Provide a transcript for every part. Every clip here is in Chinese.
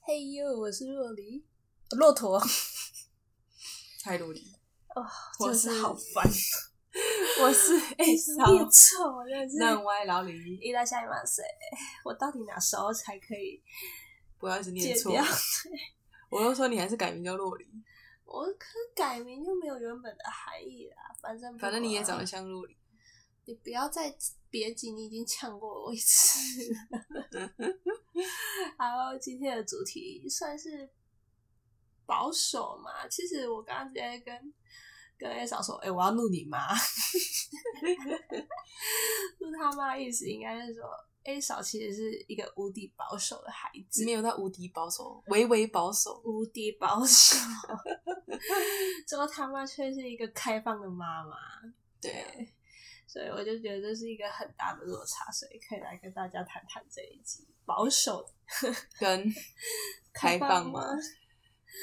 嘿呦，我是洛梨，骆驼，太多年，哦，我真的是好 烦，我是 A 哎，少别臭，我真的嫩是。歪老李，一大下一万岁，我到底哪时候才可以不要一直戒念错掉，？我又说你还是改名叫洛梨，我可改名就没有原本的含义啦，反正不反正你也管长得像洛梨，你不要再别急，你已经呛过我一次。 然后今天的主题算是保守嘛，其实我刚刚直接跟跟 A 嫂说，哎、我要录你妈，录他妈的意思应该是说 A 嫂其实是一个无敌保守的孩子，没有到无敌保守，微微保守，无敌保守， 之后他妈却是一个开放的妈妈。对，啊所以我就觉得这是一个很大的落差，所以可以来跟大家谈谈这一集保守 跟开放嘛吗。？呃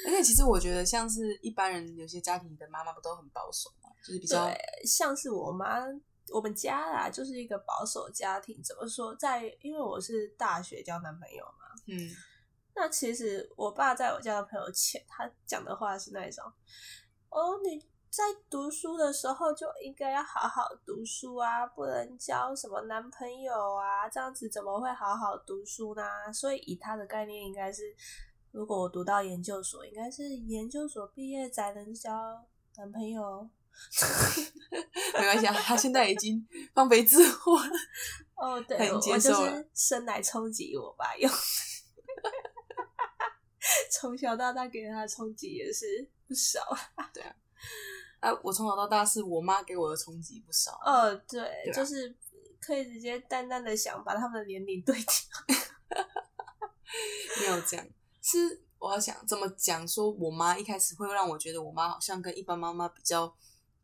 而且其实我觉得，像是一般人有些家庭的妈妈不都很保守嘛，就是比较对，像是我妈，我们家啦，就是一个保守家庭。怎么说？在因为我是大学交男朋友嘛，嗯，那其实我爸在我交男朋友前，他讲的话是那一种，哦，你在读书的时候就应该要好好读书啊，不能交什么男朋友啊，这样子怎么会好好读书呢？所以以他的概念，应该是如果我读到研究所，应该是研究所毕业才能交男朋友。没关系啊，他现在已经放飞自我了。 哦，对他已，经我接我就受了是生来冲击我爸用 的，从小到大给他的冲击也是不少。啊，我从小到大是我妈给我的冲击不少，哦，对，对啊就是可以直接淡淡的想把他们的年龄对掉。没有这样，是我要想怎么讲，说我妈一开始会让我觉得我妈好像跟一般妈妈比较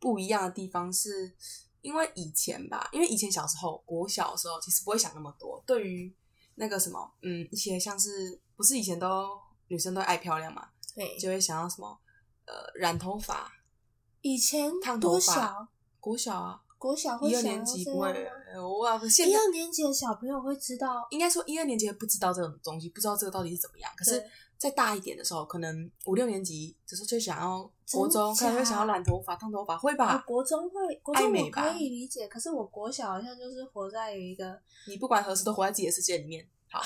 不一样的地方是，因为以前吧，因为以前小时候，国小的时候其实不会想那么多，对于那个什么，嗯，一些像是不是以前都女生都爱漂亮嘛， 对就会想要什么呃染头发，以前烫头多发小国小啊，国小会一二想年要级这不会样吗，我啊现一在二年级的小朋友会知道，应该说一二年级不知道这种东西，不知道这个到底是怎么样。可是对，再大一点的时候，可能五六年级的时候就想要真国中，可能会假想要染头发、烫头发，会我吧？啊国中会，国爱中我美吧可以理解，可是我国小好像就是活在一个你不管何时都活在自己的世界里面。 好，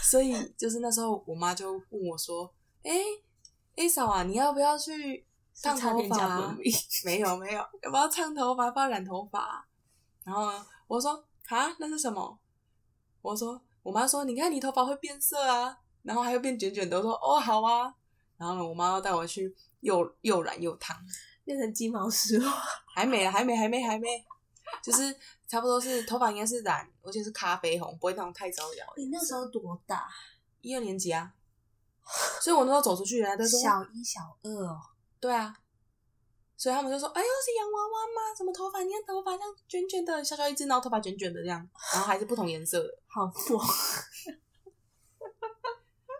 所以就是那时候我妈就问我说：“哎、a 嫂啊，你要不要去烫差头点发讲啊文明没有没有，要不要烫头发？要不要染头发啊？”然后呢我说：“啊，那是什么？”我说：“我妈说，你看你头发会变色啊，然后还会变卷卷的。”我说：“哦，好啊。”然后呢，我妈要带我去又又染又烫，变成鸡毛狮王。还没啊，还没，还没，还没，就是差不多是头发应该是染，而且是咖啡红，不会那种太招摇。 你那时候多大？一二年级啊，所以我那时候走出去，人家都说小一、小二哦。对啊，所以他们就说：“哎呦，是洋娃娃吗？怎么头发？你看头发这样卷卷的，小小一只，然后头发卷卷的这样，然后还是不同颜色的。好疯！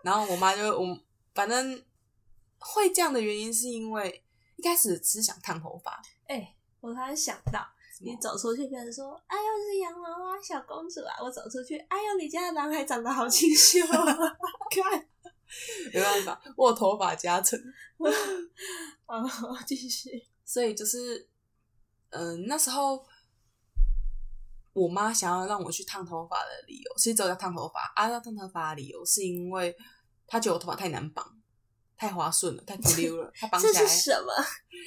然后我妈就我反正会这样的原因是因为一开始只是想烫头发， 哎、我突然想到，你走出去，别人说：“哎呦，是洋娃娃小公主啊！”我走出去，哎呦，你家的男孩长得好清秀啊！看，没办法，我有头发加成。 哦，继续。所以就是，嗯、那时候我妈想要让我去烫头发的理由，其实只有要烫头发啊，要烫头发的理由是因为她觉得我头发太难绑，太滑顺了，太不溜了，她绑起这来是什么？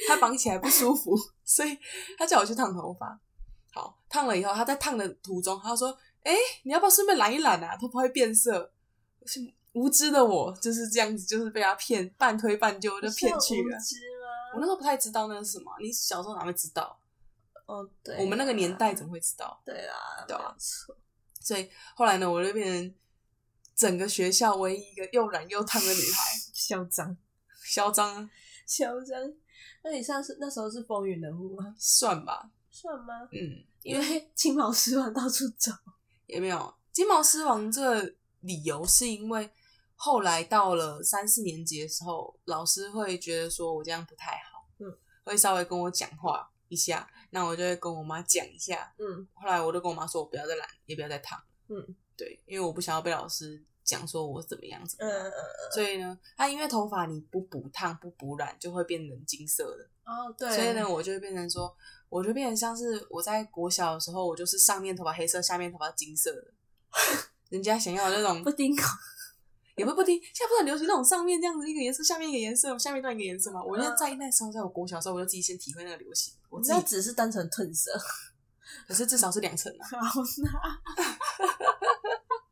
她绑起来不舒服， 所以她叫我去烫头发。好，烫了以后，她在烫的途中，她说：“哎、你要不要顺便染一染啊？头发会变色。”是无知的我就是这样子，就是被她骗，半推半 就就骗去了你。是无知我那时候不太知道那是什么，啊你小时候哪会知道？吗？哦，对，我们那个年代怎么会知道？对啦，对啊没错，所以后来呢，我就变成整个学校唯一一个又染又烫的女孩，嚣张，嚣张嚣张。那你上次那时候是风云人物 吗？算吧，算吗？嗯，因 为金毛狮王到处走，也没有。金毛狮王这个理由是因为后来到了三四年级的时候，老师会觉得说我这样不太好，嗯，会稍微跟我讲话一下，那我就会跟我妈讲一下，嗯，后来我就跟我妈说，我不要再染，也不要再烫。嗯，对，因为我不想要被老师讲说我怎么样怎么样。嗯，所以呢，它因为头发你不补烫不补染，就会变成金色的。哦，对，所以呢，我就会变成说，我就变成像是我在国小的时候，我就是上面头发黑色，下面头发金色的。人家想要的那种布丁狗，也不不听，现在不是很流行那种上面这样子一个颜色，下面一个颜色，下面断一个颜色嘛。我就在那时候，在我国小的时候，我就自己先体会那个流行，我自嗯那己只是单纯褪色，可是至少是两层啊。 好难，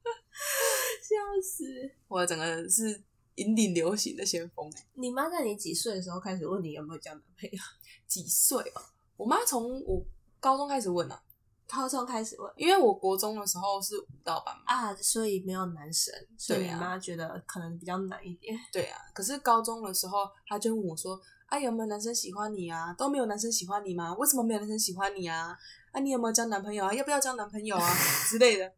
笑死！我整个是引领流行的先锋、欸。你妈在你几岁的时候开始问你有没有交男朋友？ 几岁哦？我妈从我高中开始问啊，高中开始问因为我国中的时候是舞蹈班嘛。啊，所以没有男神，所以对你啊妈觉得可能比较难一点。 对啊，可是高中的时候，她就问我说：“啊，有没有男生喜欢你啊？都没有男生喜欢你吗？为什么没有男生喜欢你啊？啊，你有没有交男朋友啊？要不要交男朋友啊之类的？”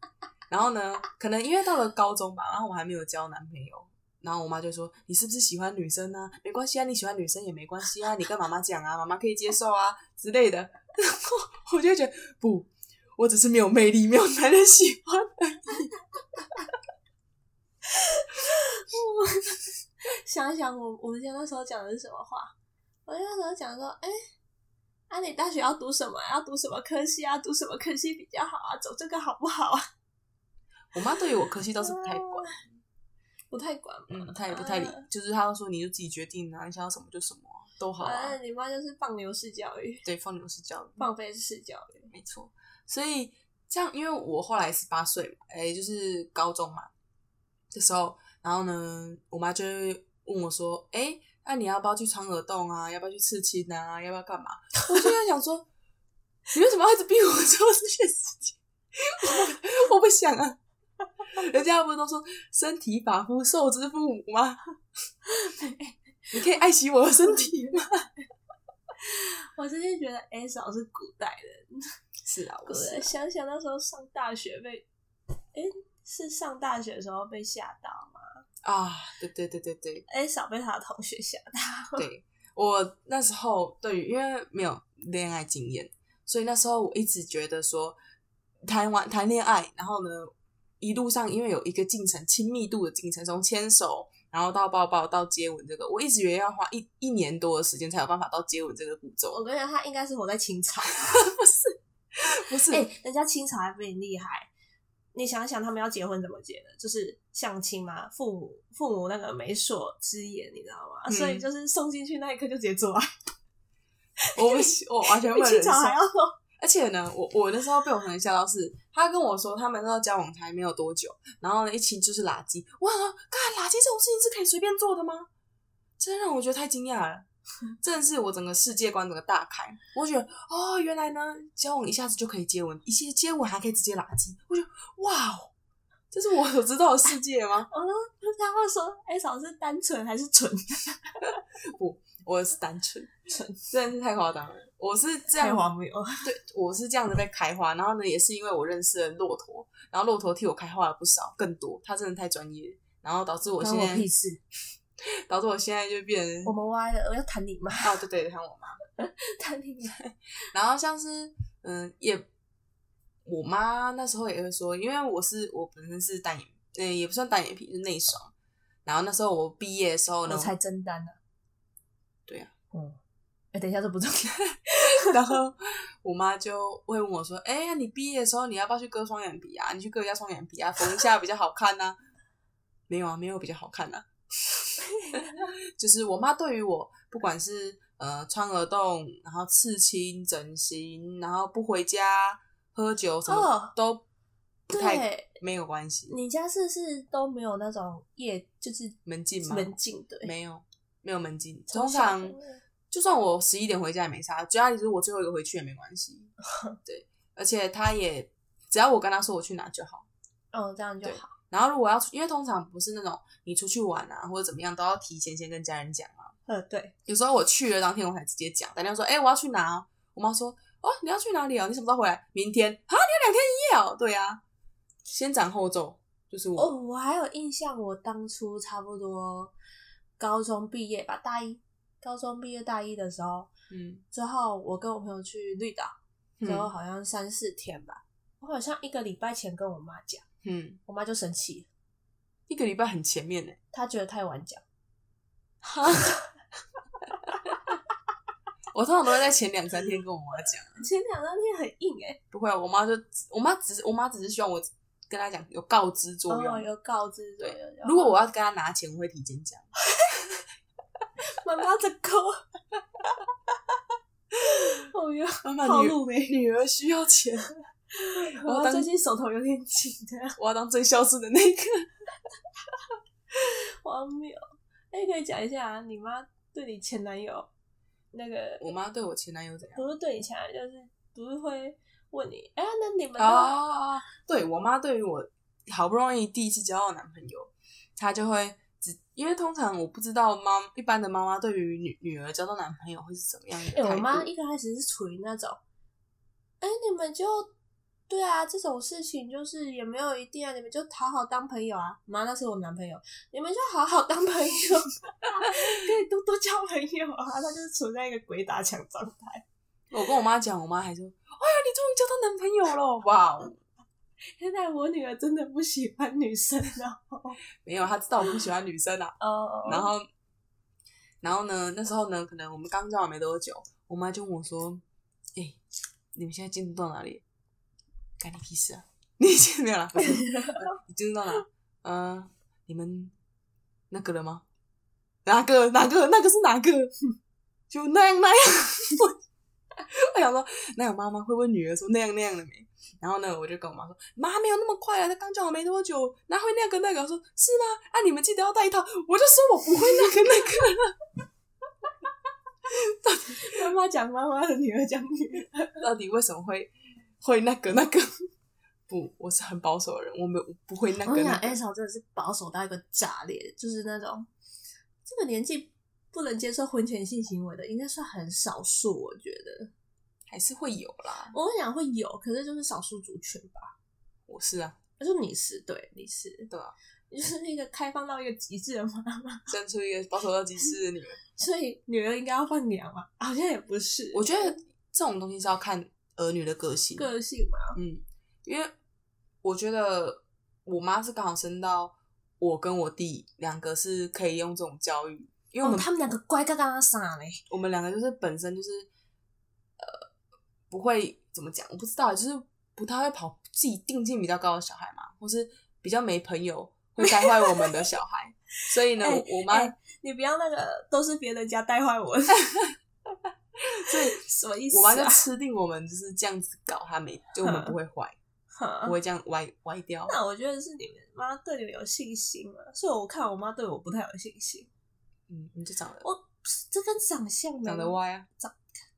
然后呢，可能因为到了高中吧，然后我还没有交男朋友，然后我妈就说：“你是不是喜欢女生啊？没关系啊，你喜欢女生也没关系啊，你跟妈妈讲啊，妈妈可以接受啊之类的。” 然后我就觉得不，我只是没有魅力，没有男人喜欢而已。想想我我们家那时候讲的是什么话？我那时候讲说，哎、啊，你大学要读什么？要读什么科系啊？读什么科系比较好啊？走这个好不好啊？ 我妈对于我科系倒是不太管。不太管嘛。嗯，他也不太理，啊就是他说你就自己决定啊，你想要什么就什么啊、都好反啊。正你妈就是放牛式教育，对，放牛式教育，放飞式教育。没错。所以这样，因为我后来十八岁嘛，哎、就是高中嘛的时候，然后呢，我妈就会问我说：“哎、那你要不要去穿耳洞啊？要不要去刺青啊？要不要干嘛？”我就在想说，你为什么要一直逼我做这些事情？我不我不想啊。人家不是都说身体发肤受之父母 吗？你可以爱惜我的身体吗？我真是觉得 A 嫂是古代人，是啊，古我是代啊想想那时候上大学被，哎、是上大学的时候被吓到吗啊，对对对对对， ？A 嫂被她的同学吓到，对我那时候对于因为没有恋爱经验，所以那时候我一直觉得说谈完谈恋爱，然后呢一路上因为有一个进程亲密度的进程，从牵手然后到抱抱到接吻这个，我一直以为要花一一年多的时间才有办法到接吻这个步骤，我跟你讲，她应该是活在清朝。不是、哎、人家清朝还比你厉害。你想想，他们要结婚怎么结的？就是相亲嘛，父母父母那个媒妁之言，你知道吗？嗯所以就是送进去那一刻就直接做爱，我不喜我完全不比 能清忍朝受还要而且呢，我我那时候被我朋友吓到是，他跟我说他们那时候交往才没有多久，然后呢一起就是垃圾，哇，干垃圾这种事情是可以随便做的吗？真让我觉得太惊讶了，真的是我整个世界观整个大开。我觉得哦，原来呢交往一下子就可以接吻，一些接吻还可以直接垃圾，我觉得哇哦，这是我所知道的世界吗？ 我说他会说，哎、嫂是单纯还是纯？我是单纯，纯真的是太夸张了。我是这样太荒谬了。对，我是这样子被开花，然后呢，也是因为我认识了骆驼，然后骆驼替我开花了不少，更多，他真的太专业，然后导致我现关我在，屁事！导致我现在就变成我，们歪了，我要谈你妈，哦，对对，看我妈，谈你妈。然后像是，嗯，也，我妈那时候也会说，因为我是我本身是单眼，嗯、也不算单眼皮，是内双，然后那时候我毕业的时候呢，我才真单呢、对啊，嗯，哎、等一下，这不重要。 然后我妈就会问我说：“哎、呀，你毕业的时候你要不要去割双眼皮啊？你去割一下双眼皮啊，缝一下比较好看呐、没有啊，没有比较好看呐、 就是我妈对于我，不管是呃穿耳洞，然后刺青、整形，然后不回家、喝酒什么、哦都不太对，没有关系，你家是不是都没有那种夜，就是门禁吗？门禁对，没有，没有门禁。从通小常都没有就算我十一点回家也没差，只要你是我最后一个回去也没关 系。对，而且他也只要我跟他说我去哪就好。嗯，这样就对好。然后如果要出，因为通常不是那种你出去玩啊或者怎么样都要提前先跟家人讲嘛。嗯，对。有时候我去了当天我才直接讲，打电话说：“哎、我要去哪哦？”我妈说：“哦，你要去哪里啊？你什么时候回来？明天啊？你要两天一夜哦？对啊，先斩后奏，就是我。哦，我还有印象，我当初差不多高中毕业吧，大一，高中毕业大一的时候，嗯，之后我跟我朋友去绿岛，之后嗯好像三四天吧，我好像一个礼拜前跟我妈讲，嗯，我妈就生气了，一个礼拜很前面呢、她觉得太晚 讲。 我通常都会在前两三天跟我妈讲，前两三天很硬哎、不会啊，我妈就我妈只是我妈只是希望我跟她讲有告知作用。哦，有告知对作用。如果我要跟她拿钱，我会提前讲。妈妈这个， 哦哟，妈套妈，女路没？女儿需要钱，我我当最近手头有点紧的，我要当最孝顺的那个。荒谬。哎、可以讲一下、你妈对你前男友那个，我妈对我前男友怎样？不是对你前男友，就是不是会问你，哎、那你们都、啊，对我妈对于我好不容易第一次交到男朋友，她就会只因为通常我不知道妈一般的妈妈对于女女儿交到男朋友会是怎么样的态哎、度。我妈一开始是处于那种，哎、你们就对啊，这种事情就是也没有一定啊，你们就好好当朋友啊。妈，那是我男朋友，你们就好好当朋友， 可以多多交朋友啊。她就是处在一个鬼打墙状态，我跟我妈讲，我妈还说：“哎呀，你终于交到男朋友了！”哇哦， 现在我女儿真的不喜欢女生了。没有，她知道我不喜欢女生啊。 哦然后，然后呢，那时候呢，可能我们刚交往没多久，我妈就问我说：“哎、你们现在进度到哪里？干你屁事啊！ 你现在没有啦，不是呃你进度到哪？嗯、你们那个了吗？哪个？哪个？那个是哪个？就那样那样。 我我想说，那有妈妈会问女儿说那样那样的没？然后呢，我就跟我妈说，妈没有那么快啊，她刚交往没多久，哪会那个那个？我说是吗？啊，你们记得要带套。我就说我不会那个那个， 妈妈讲妈妈的女儿讲女 儿，到底为什么会会那个那个？ 不，我是很保守的人，我没有我不会那我个跟你那讲个。 ，S 真的是保守到一个炸裂，就是那种这个年纪不能接受婚前性行为的，应该算很少数，我觉得。还是会有啦。我跟你讲会有，可是就是少数族群吧。我是啊，就说你是对，你是对啊，你就是那个开放到一个极致的妈妈，生出一个保守到极致的女儿。 所以女儿应该要放羊嘛？好像也不是，我觉得这种东西是要看儿女的个性，个性嘛，嗯，因为我觉得我妈是刚好生到我跟我弟两个是可以用这种教育，因为我哦，们、他们两个乖嘎嘎傻嘞，我们两个就是本身就是呃不会怎么讲，我不知道，就是不太会跑自己定性比较高的小孩嘛，或是比较没朋友会带坏我们的小孩，所以呢，哎我我妈、哎你不要那个都是别人家带坏我的，所以什么意思、啊？我妈就吃定我们就是这样子搞，她没就我们不会坏，哈不会这样歪歪掉。嗯那我觉得是你们妈对你们有信心了，所以我看我妈对我不太有信心。嗯，你就长得我这跟长相没长得歪啊，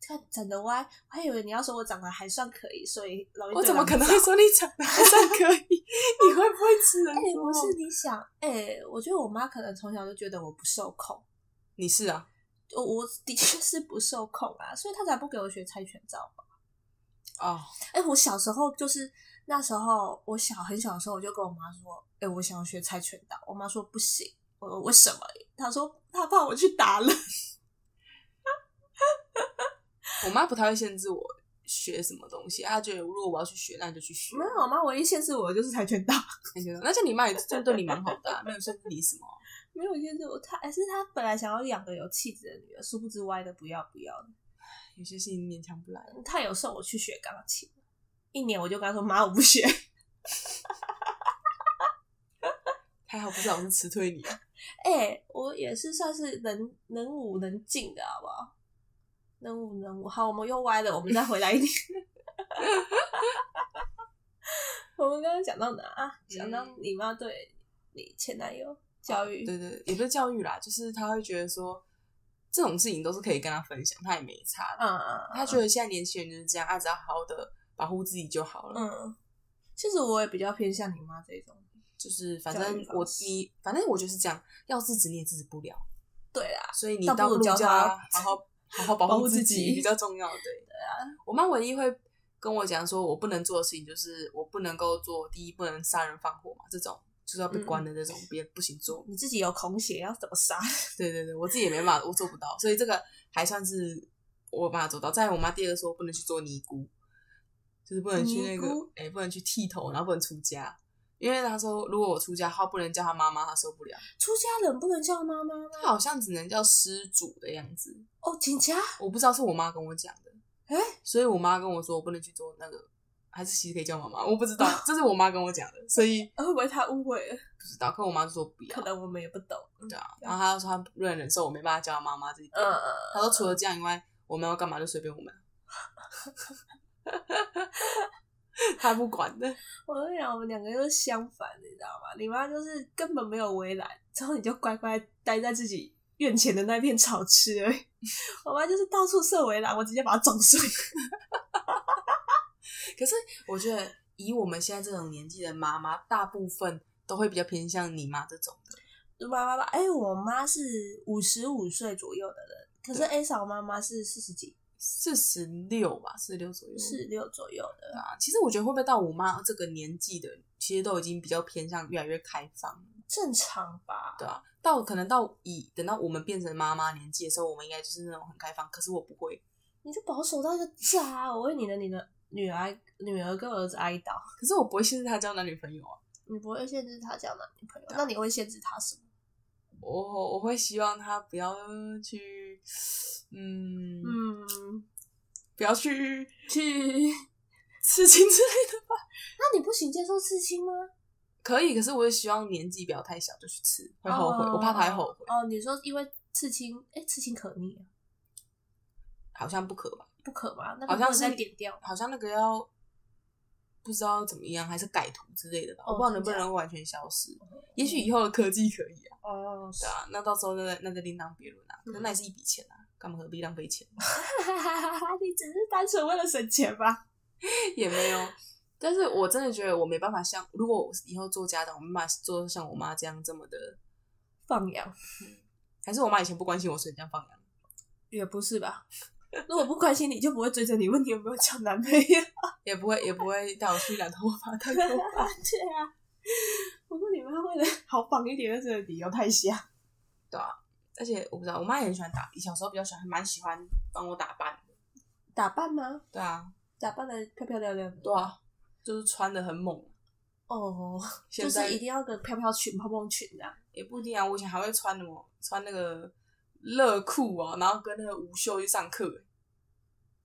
看长得歪，我还以为你要说我长得还算可以，所以老一我对怎么狼可能照会说你长得还算可 以？你会不会吃人哎、说不谎是你想，哎、我觉得我妈可能从小就觉得我不受控，你是啊，我我的确是不受控啊，所以她才不给我学猜拳道嘛。哦，哎、我小时候就是那时候我小很小的时候，我就跟我妈说，哎、我想要学猜拳道，我妈说不行，我说为什么？她说她怕我去打人。我妈不太会限制我学什么东西，她觉得如果我要去学，那就去学。没有，我妈唯一限制我的就是跆拳道， 她觉得那像你妈也真的对你蛮好的、啊，没有限制你什么。没有限制我。她还是她本来想要养个有气质的女儿，殊不知歪的不要不要的。有些事情勉强不来。她有送我去学钢琴，一年我就跟她说妈，我不学。 还好不是老师辞退你、啊，哎、我也是算是能能武能静的，好不好？能武能武，好，我们又歪了，我们再回来一点。 我们刚刚讲到哪啊？讲到你妈对你前男友教育，对对，也不是教育啦，就是她会觉得说这种事情都是可以跟她分享，她也没差的。嗯嗯她觉得现在年轻人就是这样，她只要好好的保护自己就好了。嗯，其实我也比较偏向你妈这种。就是反教正育方我式你反正我就是这样，要制止你也制止不了，对啦，所以你倒不倒不如如教教 他他好好好好保保护护自自己己比较重要。对对啊，我妈唯一会跟我讲说，我不能做的事情就是我不能够做第一不能杀人放火嘛，这种就是要被关的这种，嗯别、不行做。你自己有孔血，要怎么杀？ 对对对，我自己也没办法，我做不到，所以这个还算是我把它做到。再来我妈第二个说，不能去做尼姑，就是不能去那个尼姑，哎、不能去剃头，然后不能出家，因为他说如果我出家的话，不能叫他妈妈，他受不了。出家人不能叫妈妈吗？他好像只能叫施主的样子，哦，请假？ 我不知道是我妈跟我讲的，哎、所以我妈跟我说我不能去做那个，还是其实可以叫妈妈，我不知道，这是我妈跟我讲的，所以会不会他误会了？不知道。可我妈就说不要可，能我们也不懂。啊对啊。然后她就说她不能忍受我没办法叫她妈妈这一点。嗯，她说除了这样以外，我们要干嘛就随便我们。啊 她不管的，我跟你讲，我们两个就是相反，你知道吗？你妈就是根本没有围栏，之后你就乖乖待在自己院前的那片草吃而已。 我妈就是到处设围栏，我直接把它撞碎。 可是我觉得以我们现在这种年纪的妈妈，大部分都会比较偏向你妈这种的。妈妈吧，哎、我妈是五十五岁左右的人，可是 A 嫂妈妈是四十几、四十六吧，四十六左右。四十六左右的。啊，其实我觉得会不会到我妈这个年纪的，其实都已经比较偏向越来越开放了。正常吧？对啊，到可能到以等到我们变成妈妈年纪的时候，我们应该就是那种很开放。可是我不会，你就保守到一个渣！我为你的你的女儿女儿跟儿子哀悼，可是我不会限制她交男女朋友啊。你不会限制他交男女朋友，那你会限制他什么？我我会希望她不要去，嗯，嗯，不要去 去？刺青之类的吧。那你不行接受刺青吗？可以，可是我也希望年纪不要太小就去刺，会后悔。我怕她会后悔，哦，你说因为刺青，哎、刺青可逆啊，好像不可吧？不可吗？那好像不能再是点掉。好像那个要不知道怎么样，还是改图之类的吧，哦我不知道能不真假能完全消失。也许以后的科技可以啊，哦，是对啊，那到时候那那就另当别论啊，嗯可是那也是一笔钱啊，干嘛何必浪 费钱？ 你只是单纯为了省钱吧？也没有。但是我真的觉得我没办法像，如果我以后做家长，我没办法做像我妈这样这么的，放养。还是我妈以前不关心我，所以这样放养。也不是吧？ 如果不关心你，就不会追着你问你有没有交男朋友。 啊也不会，也不会带我去染头发、烫头发。对啊，不过你妈为了好绑一点，但是理由太瞎。而且我不知道，我妈也很喜欢打，小时候比较喜欢，蛮喜欢帮我打扮的。打扮吗？对啊，打扮的漂漂亮亮的。对啊，就是穿的很猛。哦，现就在是一定要个飘飘裙、泡泡裙这样。也不一定啊，我以前还会穿什么穿那个热裤啊，然后跟那个无袖去上课、欸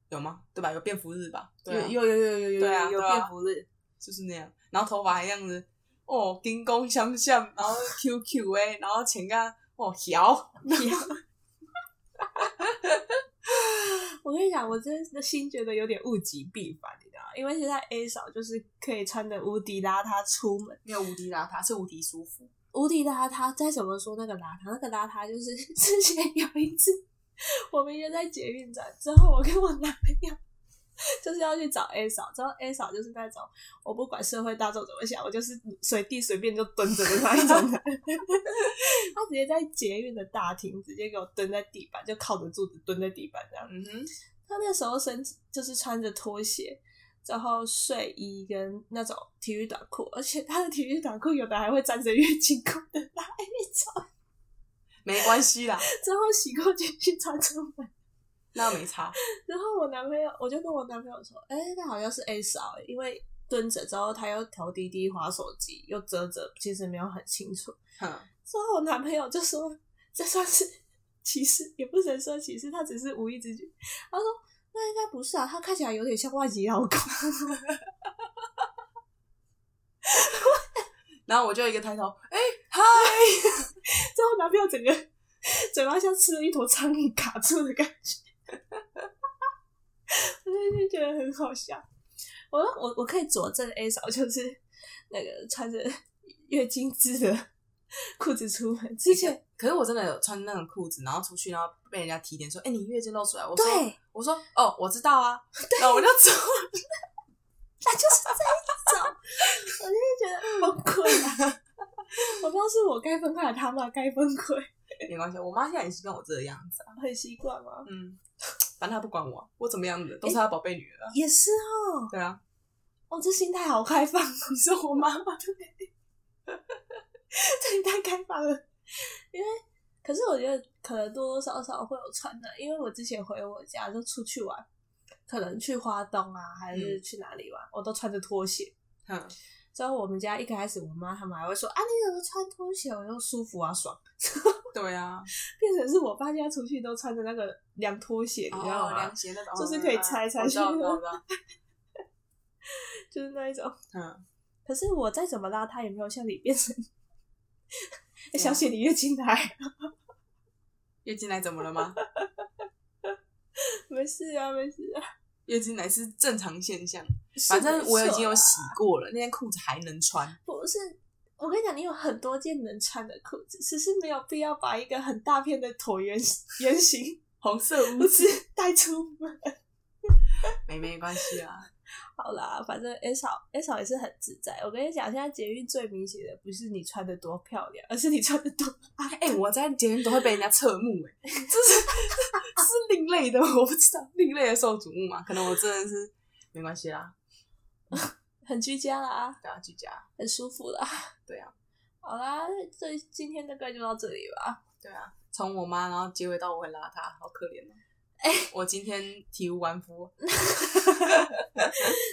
有吗？对吧？有便服日吧？对、啊，有有有有有有对啊有对啊便服 日。就是那样，然后头发还这样子，哦，金光相向，然后 QQ 哎，然后前干哦摇，我跟你讲，我真的心觉得有点物极必反，你知道吗？因为现在 A 嫂就是可以穿的无敌邋遢出门，没有无敌邋遢，是无敌舒服。无敌邋遢，再怎么说那个邋遢，那个邋遢就是 之前有一次，我们约在捷运站之后，我跟我男朋友就是要去找 A 嫂，之后 A 嫂就是那种我不管社会大众怎么想，我就是随地随便就蹲着的那一种人， 他直接在捷运的大厅直接给我蹲在地板，就靠着柱子蹲在地板这样。嗯哼，他那时候身就是穿着拖鞋，然后睡衣跟那种体育短裤，而且他的体育短裤有的还会沾着月经裤的那一种。没关系啦，之后洗过继续穿出门。那没 差。然后我男朋友，我就跟我男朋友说：“哎、那好像是 A 嫂、因为蹲着之后他又头低低滑手机，又遮着，其实没有很清楚。”哼，之后我男朋友就说：“这算是歧视，也不能说歧视，他只是无意之举。”他说：“那应该不是啊，他看起来有点像外籍老公。”然后我就一个抬头，哎、嗨，之后男朋友整个 嘴巴像吃了一坨苍蝇卡住的感觉， 我就觉得很好笑。我我我可以佐证 A 嫂就是那个穿着月经织的裤子出门之前，可是我真的有穿那种裤子，然后出去，然后被人家提点说，哎、你月经露出来。我说，我说，哦，我知道啊，然后我就走。那就是这一种，我就会觉得崩溃了。 我不知道是我该崩溃，还是他妈该崩溃，没关系，我妈现在也习惯我这个样子啊。很习惯吗？嗯， 反正她不管我啊，我怎么样子都是她宝贝女儿啊。也是哦，对啊，我、这心态好开放哦 你是我妈妈。对，太开放了。因为，可是我觉得可能多多少少会有传染，因为我之前回我家就出去玩，可能去花东啊，还是去哪里玩，我都穿着拖鞋。嗯，之后我们家一开始，我妈他们还会说啊，你怎么穿拖鞋？我又舒服啊，爽。对啊，变成是我爸家出去都穿着那个凉拖鞋，你知道哦吗？凉鞋那种，啊就是可以拆拆去去。我知道我知 道就是那一种。嗯，可是我再怎么邋遢，也没有像你变成。 对啊小雪，你月经来？月经来怎么了吗？ 没事啊，没事啊。月经来是正常现象，反正我已经有是洗过了，那件裤子还能穿。不是，我跟你讲，你有很多件能穿的裤子，只是没有必要把一个很大片的椭圆圆形红色裤子带出门。 没没关系啊，好啦，反正 S 嫂 S 嫂也是很自在。我跟你讲，现在捷运最明显的不是你穿的多漂亮，而是你穿的多哎、我在捷运都会被人家侧目、哎， 这是是另类的，我不知道另类的受瞩目嘛，可能我真的是没关系啦，很居家啦，大家居家，很舒服啦。对啊，好啦，这今天大概就到这里吧。对啊，从我妈然后结尾到我会邋遢，好可怜哦、哎我今天体无完肤，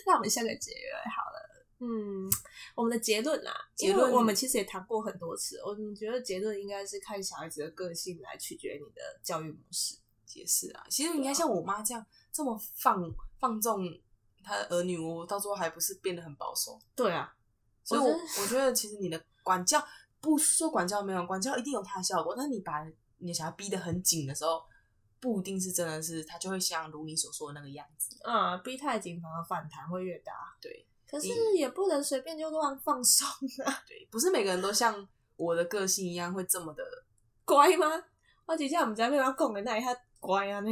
那我们下个结尾好了。嗯，我们的结论啦，结因论为我们其实也谈过很多次，我们觉得结论应该是看小孩子的个性来取决你的教育模式。也是啊。其实你看，像我妈这样这么放放纵她的儿女，我到最后还不是变得很保守。对啊，所以我我我觉得其实你的管教不说管教没有管教一定有它的效果，但是你把你的小孩逼得很紧的时候，不一定是真的是他就会像如你所说的那个样子。嗯，逼太紧反而反弹会越大。对可是也不能随便就乱放松啊，对，不是每个人都像我的个性一样会这么的，乖吗？我只叫我们家妹妈讲的那一下乖啊呢，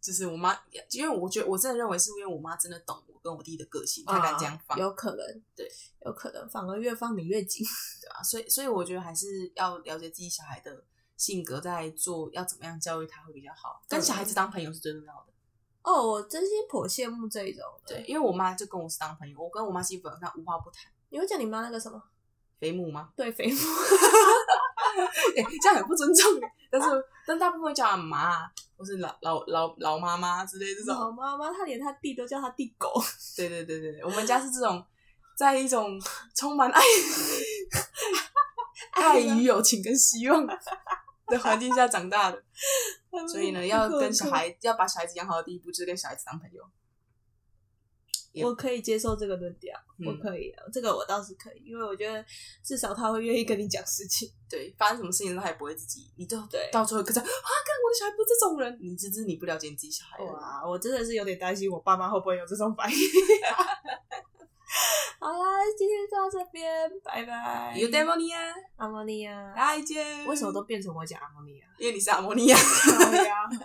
就是我妈，因为我觉得我真的认为是因为我妈真的懂我跟我弟的个性，她敢这样放。啊有可能，对，有可能反而越放你越紧。啊，所以所以我觉得还是要了解自己小孩的性格，在做要怎么样教育他会比较好。跟小孩子当朋友是最重要的。哦，我真心颇羡慕这一种的。对，因为我妈就跟我是当朋友，我跟我妈基本上无话不谈。你会叫你妈那个什么？肥母吗？ 对，肥母。哎、这样很不尊重欸。但是但大部分叫阿妈，啊或是老老老老妈妈之类这种。老妈妈，她连她弟都叫她弟 狗。对对对对对，我们家是这种，在一种充 满爱爱与友情跟希望的环境下长大的。所以呢，嗯要跟小，孩要把小孩子养好的第一步就是跟小孩子当朋友。我可以接受这个论调，嗯我可以，啊这个我倒是可以，因为我觉得至少他会愿意跟你讲事情。对，发生什么事情他也不会自己，你就对到最后跟着啊，看我的小孩不是这种人，你只是你不了解你自己小孩了。哇，我真的是有点担心我爸妈会不会有这种反 应。好啦，今天就到这边，拜拜。有嗯 d e m o n i a 阿莫尼亚，再见。为什么都变成我讲阿莫尼亚？因为你是阿摩尼亚？对呀。